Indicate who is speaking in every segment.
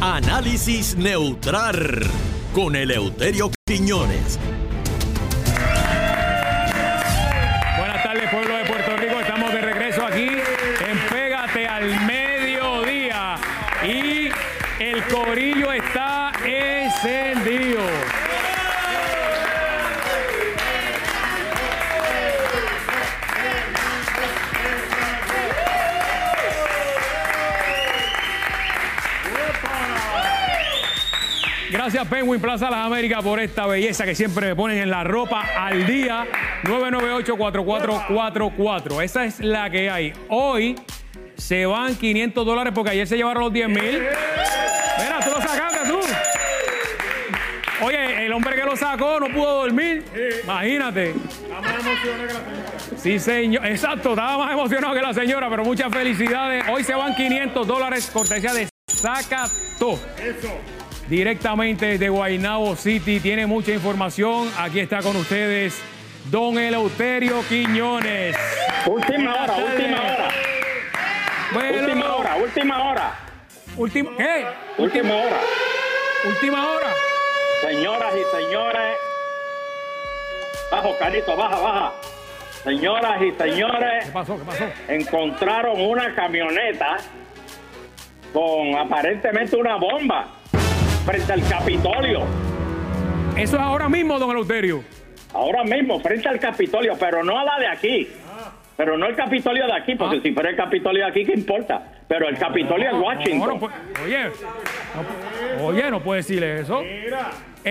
Speaker 1: Análisis neutral con Eleuterio Quiñones.
Speaker 2: Buenas tardes, pueblo de Puerto Rico. Estamos de regreso aquí en Pégate al Mediodía. Y el corillo está encendido. Gracias Penguin Plaza Las Américas por esta belleza que siempre me ponen en la ropa al día. 998-4444. Esa es la que hay. Hoy se van 500 dólares porque ayer se llevaron los 10 mil. Mira, tú lo sacaste tú. Oye, el hombre que lo sacó no pudo dormir. Imagínate. Sí, señor. Exacto, estaba más emocionado que la señora, pero muchas felicidades. Hoy se van 500 dólares cortesía de Zacato. Directamente desde Guaynabo City. Tiene mucha información. Aquí está con ustedes don Eleuterio Quiñones.
Speaker 3: Última
Speaker 2: Buenas
Speaker 3: hora,
Speaker 2: tardes.
Speaker 3: última hora,
Speaker 2: Bueno,
Speaker 3: última hora, última hora,
Speaker 2: Última, ¿qué?
Speaker 3: última hora.
Speaker 2: Última hora.
Speaker 3: Señoras y señores, bajo Carito, baja, baja. Señoras y señores,
Speaker 2: ¿Qué pasó? ¿Qué pasó?
Speaker 3: encontraron una camioneta con aparentemente una bomba frente al Capitolio.
Speaker 2: Eso es ahora mismo, don Eleuterio.
Speaker 3: Ahora mismo, frente al Capitolio, pero no a la de aquí. Pero no el Capitolio de aquí, porque
Speaker 2: Ah.
Speaker 3: si fuera el Capitolio de aquí, ¿qué importa? Pero el Capitolio de
Speaker 2: No,
Speaker 3: Washington.
Speaker 2: no puede- pues, oye, no- oye, no puede decirle eso. Eh,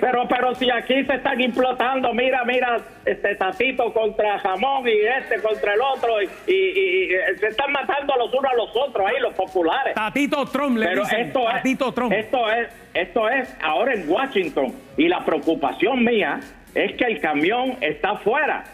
Speaker 3: Pero, pero si aquí se están implotando, mira, mira, este tatito contra jamón y este contra el otro, y, y- y- y se están matando los unos a los otros ahí, los populares.
Speaker 2: Tatito Trump Ah, le
Speaker 3: Pero
Speaker 2: dicen.
Speaker 3: esto es,
Speaker 2: Tatito Trump.
Speaker 3: esto es, esto es ahora en Washington, y la preocupación mía es que el camión está afuera.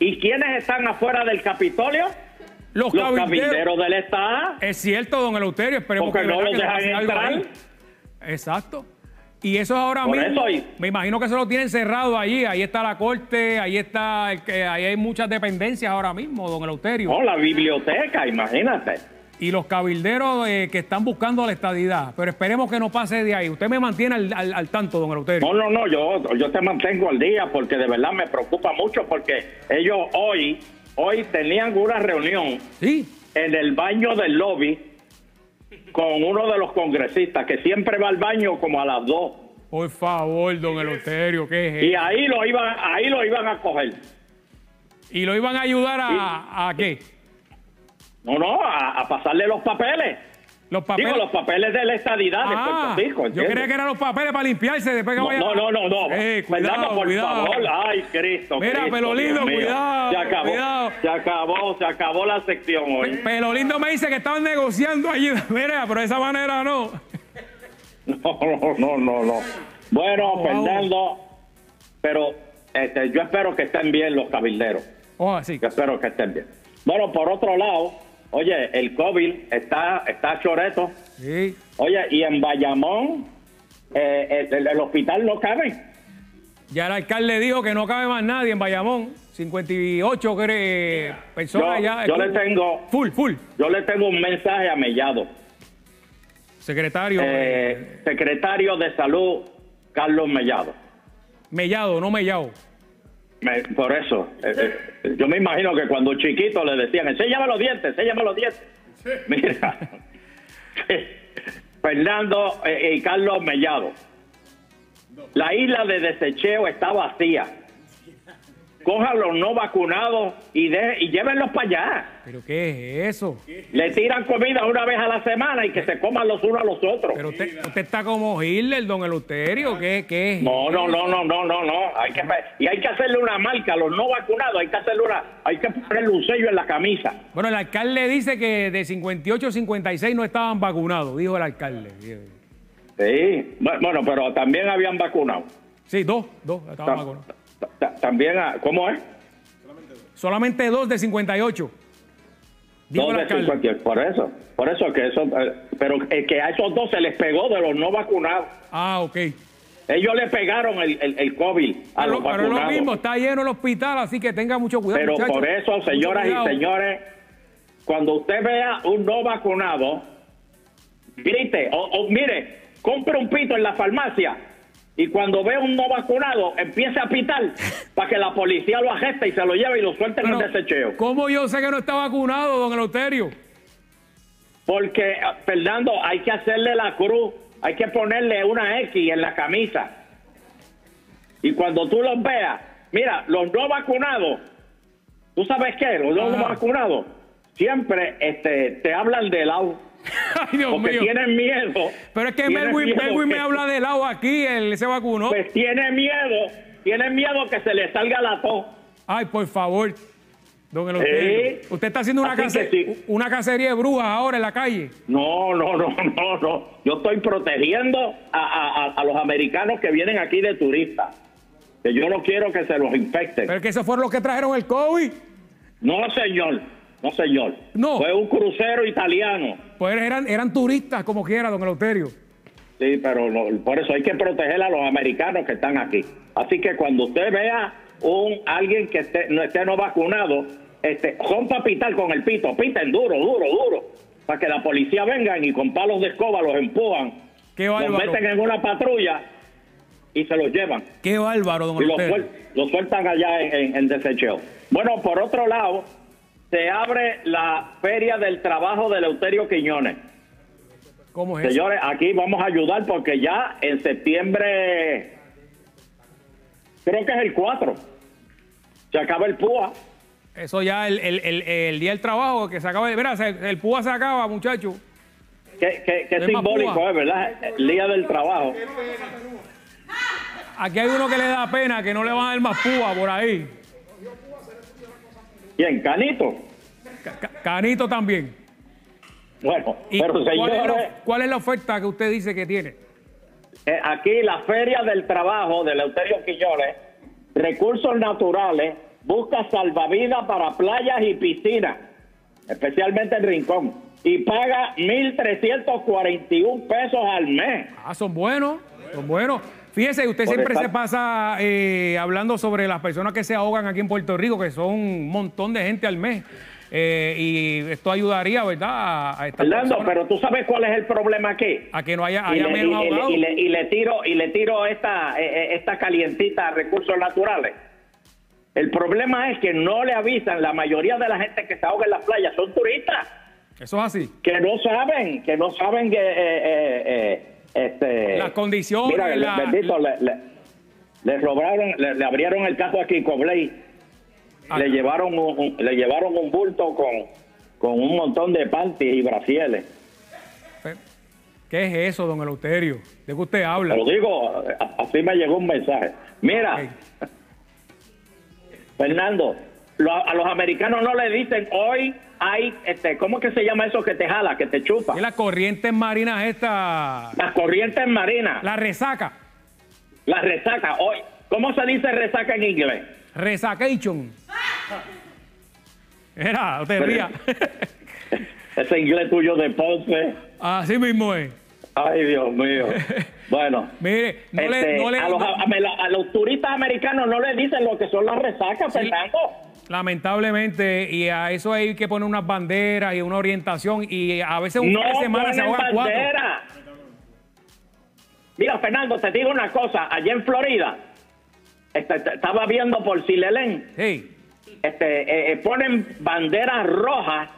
Speaker 3: ¿Y quiénes están afuera del Capitolio?
Speaker 2: los
Speaker 3: Los
Speaker 2: cabilderos. Eh.
Speaker 3: cabilderos del Estado.
Speaker 2: Es cierto, don Eleuterio. Esperemos
Speaker 3: Porque
Speaker 2: que,
Speaker 3: no
Speaker 2: ¿verdad?
Speaker 3: los
Speaker 2: que se
Speaker 3: dejan
Speaker 2: pase algo
Speaker 3: entrar.
Speaker 2: ahí. Exacto. Y eso es ahora
Speaker 3: Por
Speaker 2: mismo.
Speaker 3: eso y-
Speaker 2: Me imagino que se lo tienen cerrado allí. Ahí está la corte, ahí está, el que- ahí hay muchas dependencias ahora mismo, don Eleuterio.
Speaker 3: No, Oh, la biblioteca, imagínate.
Speaker 2: y los cabilderos eh, que están buscando la estadidad. Pero esperemos que no pase de ahí. Usted me mantiene al, al- al tanto, don Eleuterio.
Speaker 3: No, no, no, yo, yo te mantengo al día porque de verdad me preocupa mucho porque ellos hoy, hoy tenían una reunión
Speaker 2: Sí.
Speaker 3: en el baño del lobby con uno de los congresistas que siempre va al baño como a las dos
Speaker 2: Por favor, don Eleuterio, ¿qué
Speaker 3: y
Speaker 2: es?
Speaker 3: ahí lo iban, ahí lo iban a coger.
Speaker 2: esto? ¿Y lo iban a ayudar a, a qué?
Speaker 3: No, no, a, a pasarle los papeles.
Speaker 2: Los
Speaker 3: Digo,
Speaker 2: papeles.
Speaker 3: los papeles de la estadidad
Speaker 2: Ah,
Speaker 3: de Puerto Rico.
Speaker 2: yo
Speaker 3: ¿entiendes?
Speaker 2: creía que eran los papeles para limpiarse después que
Speaker 3: No,
Speaker 2: vaya.
Speaker 3: no, no, no, no.
Speaker 2: Eh,
Speaker 3: Fernando,
Speaker 2: cuidado,
Speaker 3: por
Speaker 2: cuidado.
Speaker 3: favor. Ay, Cristo.
Speaker 2: Mira,
Speaker 3: Cristo,
Speaker 2: pelo lindo,
Speaker 3: Dios mío.
Speaker 2: cuidado,
Speaker 3: Se acabó,
Speaker 2: cuidado.
Speaker 3: se acabó, se acabó la sección hoy.
Speaker 2: Pero lindo me dice que estaban negociando allí. Mira, pero de esa manera no.
Speaker 3: No, no, no, no, no. Bueno,
Speaker 2: Wow.
Speaker 3: Fernando, pero este, yo espero que estén bien los cabilderos.
Speaker 2: Oh, así.
Speaker 3: Yo espero que estén bien. Bueno, por otro lado, oye, el COVID está, está choreto.
Speaker 2: Sí.
Speaker 3: Oye, y en Bayamón, eh, el, el hospital no cabe.
Speaker 2: Ya el alcalde dijo que no cabe más nadie en Bayamón. 58 cre- personas
Speaker 3: Yo-
Speaker 2: ya.
Speaker 3: yo le tengo-
Speaker 2: Full, full.
Speaker 3: Yo le tengo un mensaje a Mellado.
Speaker 2: Secretario. eh,
Speaker 3: Eh, secretario de Salud, Carlos Mellado.
Speaker 2: Mellado, no Mellado.
Speaker 3: Me- por eso, eh, eh, yo me imagino que cuando chiquito le decían, enséñame los dientes, enséñame los dientes. Mira, Fernando eh, y Carlos Mellado, la isla de desecheo está vacía. Cojan los no vacunados y, de- y llévenlos para allá.
Speaker 2: ¿Pero qué es eso?
Speaker 3: Le tiran comida una vez a la semana y que se coman los unos a los otros.
Speaker 2: Pero usted, usted está como Hitler, don Eleuterio. ¿Qué, qué es?
Speaker 3: No, no, no, no, no, no, no. Hay que, y hay que hacerle una marca a los no vacunados, hay que hacerle una, hay que ponerle un sello en la camisa.
Speaker 2: Bueno, el alcalde dice que de 58 a 56 no estaban vacunados, dijo el alcalde.
Speaker 3: Sí, Bu- bueno, pero también habían vacunado.
Speaker 2: Sí, dos, dos estaban
Speaker 3: Ta-
Speaker 2: vacunados.
Speaker 3: ta- ta- También, a- ¿cómo es?
Speaker 2: Solamente dos de 58. Dijo
Speaker 3: Dos
Speaker 2: el
Speaker 3: de
Speaker 2: alcalde.
Speaker 3: 58, por eso, por eso que eso, eh, pero eh, que a esos dos se les pegó de los no vacunados.
Speaker 2: Ah, ok.
Speaker 3: Ellos le pegaron el, el, el COVID a
Speaker 2: Pero,
Speaker 3: los
Speaker 2: pero lo
Speaker 3: vacunados.
Speaker 2: mismo, está lleno el hospital, así que tenga mucho cuidado.
Speaker 3: Pero
Speaker 2: muchachos.
Speaker 3: por eso,
Speaker 2: Mucho
Speaker 3: señoras y
Speaker 2: cuidado.
Speaker 3: señores, cuando usted vea un no vacunado, grite ¿Oíste? O, o mire, compra un pito en la farmacia y cuando ve un no vacunado empieza a pitar para que la policía lo arreste y se lo lleve y lo suelte en
Speaker 2: Pero,
Speaker 3: el desecheo.
Speaker 2: ¿Cómo yo sé que no está vacunado, don Eleuterio?
Speaker 3: Porque, ah, Fernando, hay que hacerle la cruz, hay que ponerle una X en la camisa. Y cuando tú los veas, mira, los no vacunados, ¿tú sabes qué? Los no
Speaker 2: Ajá.
Speaker 3: vacunados siempre este, te hablan de lado,
Speaker 2: Ay, Dios
Speaker 3: porque
Speaker 2: Oh, mío.
Speaker 3: tienen miedo.
Speaker 2: Pero es que
Speaker 3: Tienen
Speaker 2: Melwin,
Speaker 3: miedo
Speaker 2: Melwin me
Speaker 3: que-
Speaker 2: habla de lado aquí, él se vacunó.
Speaker 3: Pues tiene miedo, tiene miedo que se le salga la tos.
Speaker 2: Ay, por favor, don Eleuterio.
Speaker 3: Sí.
Speaker 2: Usted está haciendo una,
Speaker 3: Así
Speaker 2: case-
Speaker 3: que sí.
Speaker 2: una cacería de brujas ahora en la calle.
Speaker 3: No, no, no, no, no. Yo estoy protegiendo a, a- a- a los americanos que vienen aquí de turistas. Que yo no quiero que se los infecten.
Speaker 2: Pero es que esos fueron los que trajeron el COVID.
Speaker 3: No, señor. No, señor.
Speaker 2: No.
Speaker 3: Fue un crucero italiano.
Speaker 2: Pues eran, eran turistas, como quiera, don Eleuterio.
Speaker 3: Sí, pero no- por eso hay que proteger a los americanos que están aquí. Así que cuando usted vea un alguien que esté, no esté no vacunado, este, rompa pitar con el pito, piten duro, duro, duro, para que la policía vengan y con palos de escoba los empujan,
Speaker 2: Qué
Speaker 3: los
Speaker 2: bárbaro.
Speaker 3: meten en una patrulla y se los llevan
Speaker 2: Qué bárbaro, don
Speaker 3: y lo,
Speaker 2: Eleuterio.
Speaker 3: suel- lo sueltan allá en, en, en desecheo. Bueno, por otro lado, se abre la Feria del Trabajo de Leuterio Quiñones.
Speaker 2: ¿Cómo es eso?
Speaker 3: Señores, aquí vamos a ayudar porque ya en septiembre, creo que es el 4, se acaba el PUA.
Speaker 2: Eso ya el, el- el- el día del trabajo que se acaba. de- Mira, se- el púa se acaba, muchacho.
Speaker 3: Qué, qué- qué
Speaker 2: Es más
Speaker 3: simbólico
Speaker 2: púa.
Speaker 3: es, ¿verdad? El Día del Trabajo.
Speaker 2: Aquí hay uno que le da pena que no le van a dar más púa por ahí.
Speaker 3: Y en Canito.
Speaker 2: Ca- ca- Canito también.
Speaker 3: Bueno,
Speaker 2: ¿Y
Speaker 3: pero
Speaker 2: cuál, es
Speaker 3: señores,
Speaker 2: la, cuál es la oferta que usted dice que tiene?
Speaker 3: Eh, aquí la Feria del Trabajo de Leuterio Quillones, Recursos Naturales, busca salvavidas para playas y piscinas, especialmente el Rincón, y paga 1.341 pesos al mes.
Speaker 2: Ah, son buenos, son buenos. Fíjese, usted
Speaker 3: Por
Speaker 2: siempre
Speaker 3: estar-
Speaker 2: se pasa eh, hablando sobre las personas que se ahogan aquí en Puerto Rico, que son un montón de gente al mes. Eh, y esto ayudaría, ¿verdad? A, a estas
Speaker 3: Fernando,
Speaker 2: personas
Speaker 3: pero tú sabes cuál es el problema aquí.
Speaker 2: a que no haya,
Speaker 3: y
Speaker 2: haya
Speaker 3: le,
Speaker 2: menos
Speaker 3: y le-
Speaker 2: ahogados.
Speaker 3: y le- y le tiro y le tiro esta eh, eh, esta calientita a recursos naturales. El problema es que no le avisan, la mayoría de la gente que se ahoga en las playas son turistas.
Speaker 2: Eso es así.
Speaker 3: que no saben, que no saben que eh, eh, eh, este,
Speaker 2: Las condiciones,
Speaker 3: Mira,
Speaker 2: la-
Speaker 3: le- bendito, le, le, le robaron, le, le abrieron el caso a Kiko Blay,
Speaker 2: Ah.
Speaker 3: le llevaron un, un- le llevaron un bulto con, con un montón de panties y brasieles.
Speaker 2: ¿Qué es eso, don Eleuterio? ¿De qué usted habla?
Speaker 3: Te lo digo, a- así me llegó un mensaje. Mira,
Speaker 2: Ok.
Speaker 3: Fernando, lo- a los americanos no le dicen hoy hay, este, ¿cómo es que se llama eso que te jala, que te chupa?
Speaker 2: Y las corrientes marinas esta,
Speaker 3: Las corrientes marinas.
Speaker 2: la resaca,
Speaker 3: La resaca. Hoy, ¿Cómo se dice resaca en inglés?
Speaker 2: resacation. Era, te
Speaker 3: Pero-
Speaker 2: ría.
Speaker 3: Ese inglés tuyo de Ponce.
Speaker 2: Así mismo es.
Speaker 3: Ay, Dios mío. Bueno.
Speaker 2: Mire, no
Speaker 3: este,
Speaker 2: le, no le-
Speaker 3: a, los,
Speaker 2: no-
Speaker 3: a- a- a los turistas americanos no le dicen lo que son las resacas, Fernando.
Speaker 2: lamentablemente, y a eso hay que poner unas banderas y una orientación, y a veces un
Speaker 3: No
Speaker 2: par de semana se
Speaker 3: ponen
Speaker 2: ahogan cuatro.
Speaker 3: bandera. Mira, Fernando, te digo una cosa. Allá en Florida, este, te- estaba viendo por Silelén,
Speaker 2: Sí.
Speaker 3: este, eh, eh, ponen banderas rojas.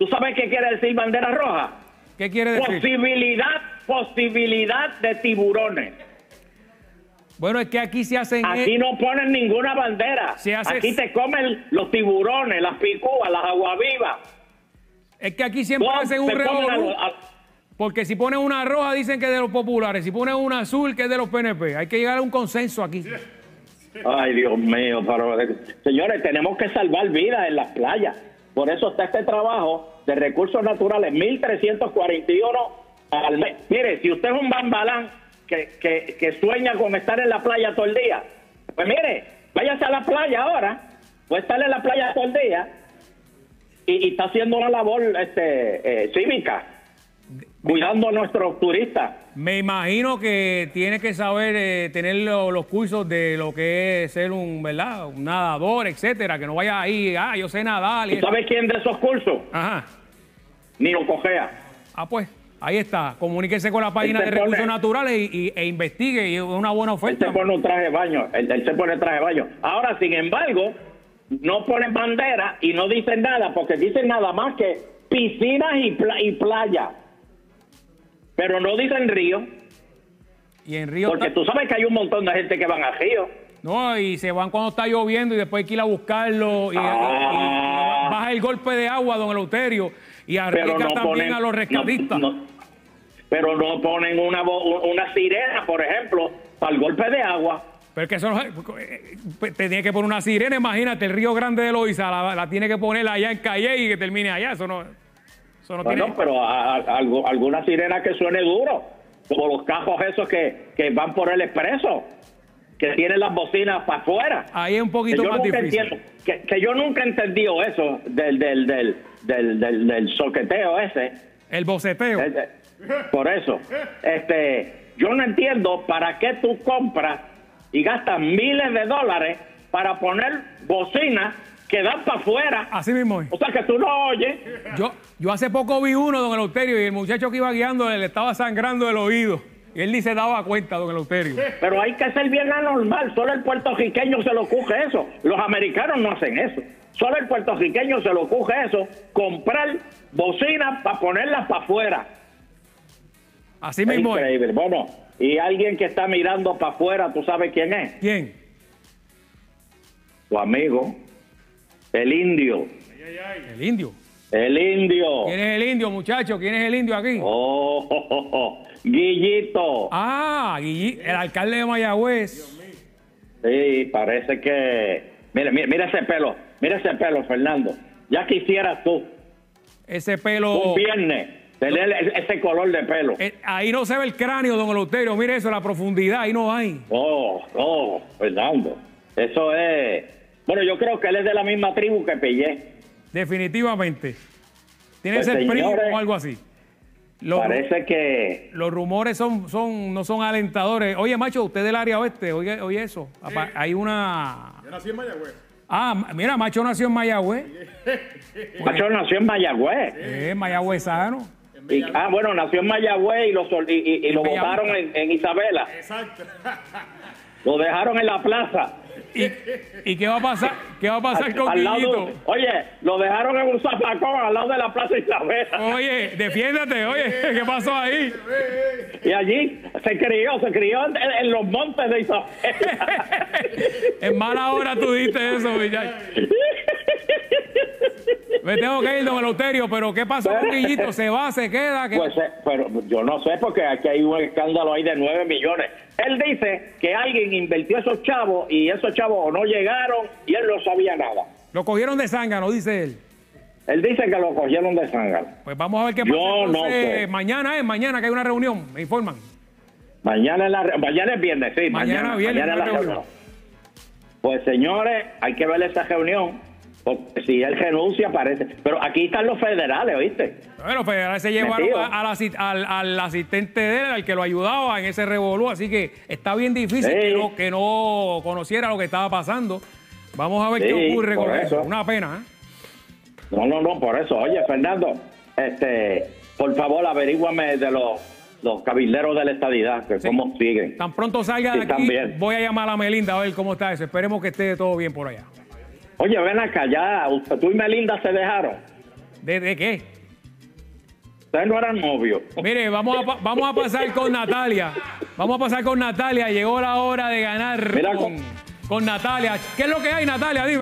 Speaker 3: ¿Tú sabes qué quiere decir bandera roja?
Speaker 2: ¿Qué quiere
Speaker 3: Pues
Speaker 2: decir?
Speaker 3: Posibilidad, posibilidad de tiburones.
Speaker 2: Bueno, es que aquí se hacen...
Speaker 3: Aquí no ponen ninguna bandera.
Speaker 2: Se hace-
Speaker 3: Aquí te comen los tiburones, las picúas, las aguavivas.
Speaker 2: Es que aquí siempre
Speaker 3: Todo
Speaker 2: hacen
Speaker 3: te
Speaker 2: un
Speaker 3: comen a
Speaker 2: revolú.
Speaker 3: los- a-
Speaker 2: Porque si pones una roja dicen que es de los populares, si pones una azul que es de los PNP. Hay que llegar a un consenso aquí.
Speaker 3: Ay, Dios mío, pero- eh, señores, tenemos que salvar vidas en las playas. Por eso está este trabajo de recursos naturales, 1.341 al mes. Mire, si usted es un bambalán que, que, que sueña con estar en la playa todo el día, pues mire, váyase a la playa ahora, puede estar en la playa todo el día y, y está haciendo una labor este, eh, cívica, cuidando a nuestros turistas.
Speaker 2: Me imagino que tiene que saber eh, tener lo- los cursos de lo que es ser un, ¿verdad? Un nadador, etcétera, que no vaya ahí, ah, yo sé nadar. y
Speaker 3: ¿Tú
Speaker 2: eso.
Speaker 3: sabes quién de esos cursos?
Speaker 2: Ajá.
Speaker 3: Ni lo cojea.
Speaker 2: Ah, pues. Ahí está, comuníquese con la página
Speaker 3: Él
Speaker 2: de
Speaker 3: se
Speaker 2: recursos
Speaker 3: pone-
Speaker 2: naturales y, y- e investigue, y es una buena
Speaker 3: Él se
Speaker 2: oferta.
Speaker 3: pone un traje de baño, él, él se pone traje de baño. Ahora, sin embargo, no ponen bandera y no dicen nada, porque dicen nada más que piscinas y, pla- y playa. Pero no dicen río,
Speaker 2: Y en Río
Speaker 3: porque
Speaker 2: está-
Speaker 3: tú sabes que hay un montón de gente que van a río.
Speaker 2: No, y se van cuando está lloviendo y después hay que ir a buscarlo. Y, y-
Speaker 3: Ah.
Speaker 2: y baja el golpe de agua, don Eleuterio. Y arriesga
Speaker 3: Pero no
Speaker 2: también
Speaker 3: ponen.
Speaker 2: a los rescatistas.
Speaker 3: no- no- pero no ponen una, bo- una sirena, por ejemplo, para el golpe de agua.
Speaker 2: Pero es que eso no es- eh, eh, te tiene que poner una sirena, imagínate, el río Grande de Loiza la, la tiene que poner allá en Calle y que termine allá. Eso no, eso no
Speaker 3: Bueno, pues,
Speaker 2: tiene.
Speaker 3: pero a- a- algo- alguna sirena que suene duro, como los cajos esos que, que van por el expreso, que tienen las bocinas para afuera.
Speaker 2: Ahí es Ah, un
Speaker 3: Que
Speaker 2: poquito
Speaker 3: yo,
Speaker 2: más
Speaker 3: nunca
Speaker 2: difícil.
Speaker 3: entiendo- que, que yo nunca he entendido eso del, del, del, del, del- del soqueteo ese.
Speaker 2: El boceteo.
Speaker 3: Eh, eh, Por eso, este, yo no entiendo para qué tú compras y gastas miles de dólares para poner bocinas que dan para afuera.
Speaker 2: Así mismo es.
Speaker 3: O sea que tú no oyes.
Speaker 2: Yo, yo hace poco vi uno, don Eleuterio, y el muchacho que iba guiando le estaba sangrando el oído. Y él ni se daba cuenta, don Eleuterio.
Speaker 3: Pero hay que ser bien anormal. Solo el puertorriqueño se lo ocurre eso. Los americanos no hacen eso. Solo el puertorriqueño se lo ocurre eso. Comprar bocinas para ponerlas para afuera.
Speaker 2: Así
Speaker 3: Es
Speaker 2: mismo es.
Speaker 3: increíble. Bueno, y alguien que está mirando para afuera, ¿tú sabes quién es?
Speaker 2: ¿Quién?
Speaker 3: Tu amigo. El indio.
Speaker 2: El indio.
Speaker 3: El indio.
Speaker 2: ¿Quién es el indio, muchacho? ¿Quién es el indio aquí?
Speaker 3: Oh, oh, oh, oh. Guillito.
Speaker 2: Ah, Guilli- el alcalde de Mayagüez.
Speaker 3: Sí, parece que... Mira, mira, mira ese pelo. Mira ese pelo, Fernando. Ya quisieras tú.
Speaker 2: Ese pelo.
Speaker 3: un viernes tener ese color de pelo.
Speaker 2: Oh. Eh, ahí no se ve el cráneo, don Eleuterio. Mire eso, la profundidad, ahí no hay.
Speaker 3: Oh, oh, Fernando. Eso es. Bueno, yo creo que él es de la misma tribu que Pellé.
Speaker 2: Definitivamente. Tiene que
Speaker 3: Pues,
Speaker 2: ser primo
Speaker 3: señores,
Speaker 2: o algo así. Los,
Speaker 3: Parece que.
Speaker 2: los rumores son, son, no son alentadores. Oye, macho, usted del área oeste, oye, oye eso. Apa- Hay una.
Speaker 4: Yo nací en Mayagüez.
Speaker 2: Ah, ma- mira, macho nació en Mayagüez.
Speaker 3: Macho nació en Mayagüez.
Speaker 2: Eh, mayagüezano.
Speaker 3: Y- ah, bueno, nació en Mayagüez y lo, sol- y, y- y lo
Speaker 2: Bella
Speaker 3: botaron
Speaker 2: Vista.
Speaker 3: en, en Isabela.
Speaker 4: Exacto.
Speaker 3: Lo dejaron en la plaza.
Speaker 2: ¿Y, y qué va a pasar? ¿Qué va a pasar con
Speaker 3: Al lado
Speaker 2: Guillito?
Speaker 3: de- oye, lo dejaron en un zapacón al lado de la plaza
Speaker 2: Oh.
Speaker 3: Isabela.
Speaker 2: Oye, defiéndete, oye, ¿qué pasó ahí?
Speaker 3: Y allí se crió, se crió en, en los montes de Isabela.
Speaker 2: En mala hora tú diste eso, muchacho. Me tengo que ir, don Eleuterio, pero ¿qué pasó con Guillito? ¿Se va, se queda? ¿Qué-
Speaker 3: Pues, eh, pero yo no sé, porque aquí hay un escándalo ahí de 9 millones. Él dice que alguien invirtió esos chavos y esos chavos o no llegaron y él no sabía nada.
Speaker 2: Lo cogieron de zángano, dice él.
Speaker 3: Él dice que lo cogieron de sangre.
Speaker 2: Pues vamos a ver qué
Speaker 3: Yo
Speaker 2: pasa.
Speaker 3: no
Speaker 2: entonces.
Speaker 3: sé.
Speaker 2: Mañana es, mañana que hay una reunión, me informan.
Speaker 3: Mañana es, la re- mañana es viernes, sí.
Speaker 2: Mañana
Speaker 3: Mañana,
Speaker 2: viernes
Speaker 3: mañana
Speaker 2: no hay
Speaker 3: es la
Speaker 2: reunión.
Speaker 3: reunión. Pues señores, hay que ver esa reunión. Porque si él renuncia, parece. Pero aquí están los federales, ¿oíste?
Speaker 2: Bueno, federales se llevaron
Speaker 3: Metido.
Speaker 2: a- al, asi- al- al asistente de él, al que lo ayudaba en ese revolú, así que está bien difícil
Speaker 3: Sí.
Speaker 2: que, no, que no conociera lo que estaba pasando. Vamos a ver qué
Speaker 3: Sí,
Speaker 2: ocurre
Speaker 3: por
Speaker 2: con eso.
Speaker 3: eso.
Speaker 2: Una pena, ¿eh?
Speaker 3: No, no, no, por eso. Oye, Fernando, este, por favor, averíguame de los, los cabilderos de la estadidad, que
Speaker 2: Sí.
Speaker 3: cómo siguen.
Speaker 2: Tan pronto salga de
Speaker 3: Sí,
Speaker 2: aquí,
Speaker 3: también.
Speaker 2: voy a llamar a Melinda a ver cómo está eso. Esperemos que esté todo bien por allá.
Speaker 3: Oye, ven acá, ya, usted, tú y Melinda se dejaron.
Speaker 2: ¿De, de qué?
Speaker 3: Ustedes no eran novios.
Speaker 2: Mire, vamos a, pa- vamos a pasar con Natalia. Vamos a pasar con Natalia. Llegó la hora de ganar
Speaker 3: Mira,
Speaker 2: con,
Speaker 3: con-
Speaker 2: con Natalia. ¿Qué es lo que hay, Natalia? Dime.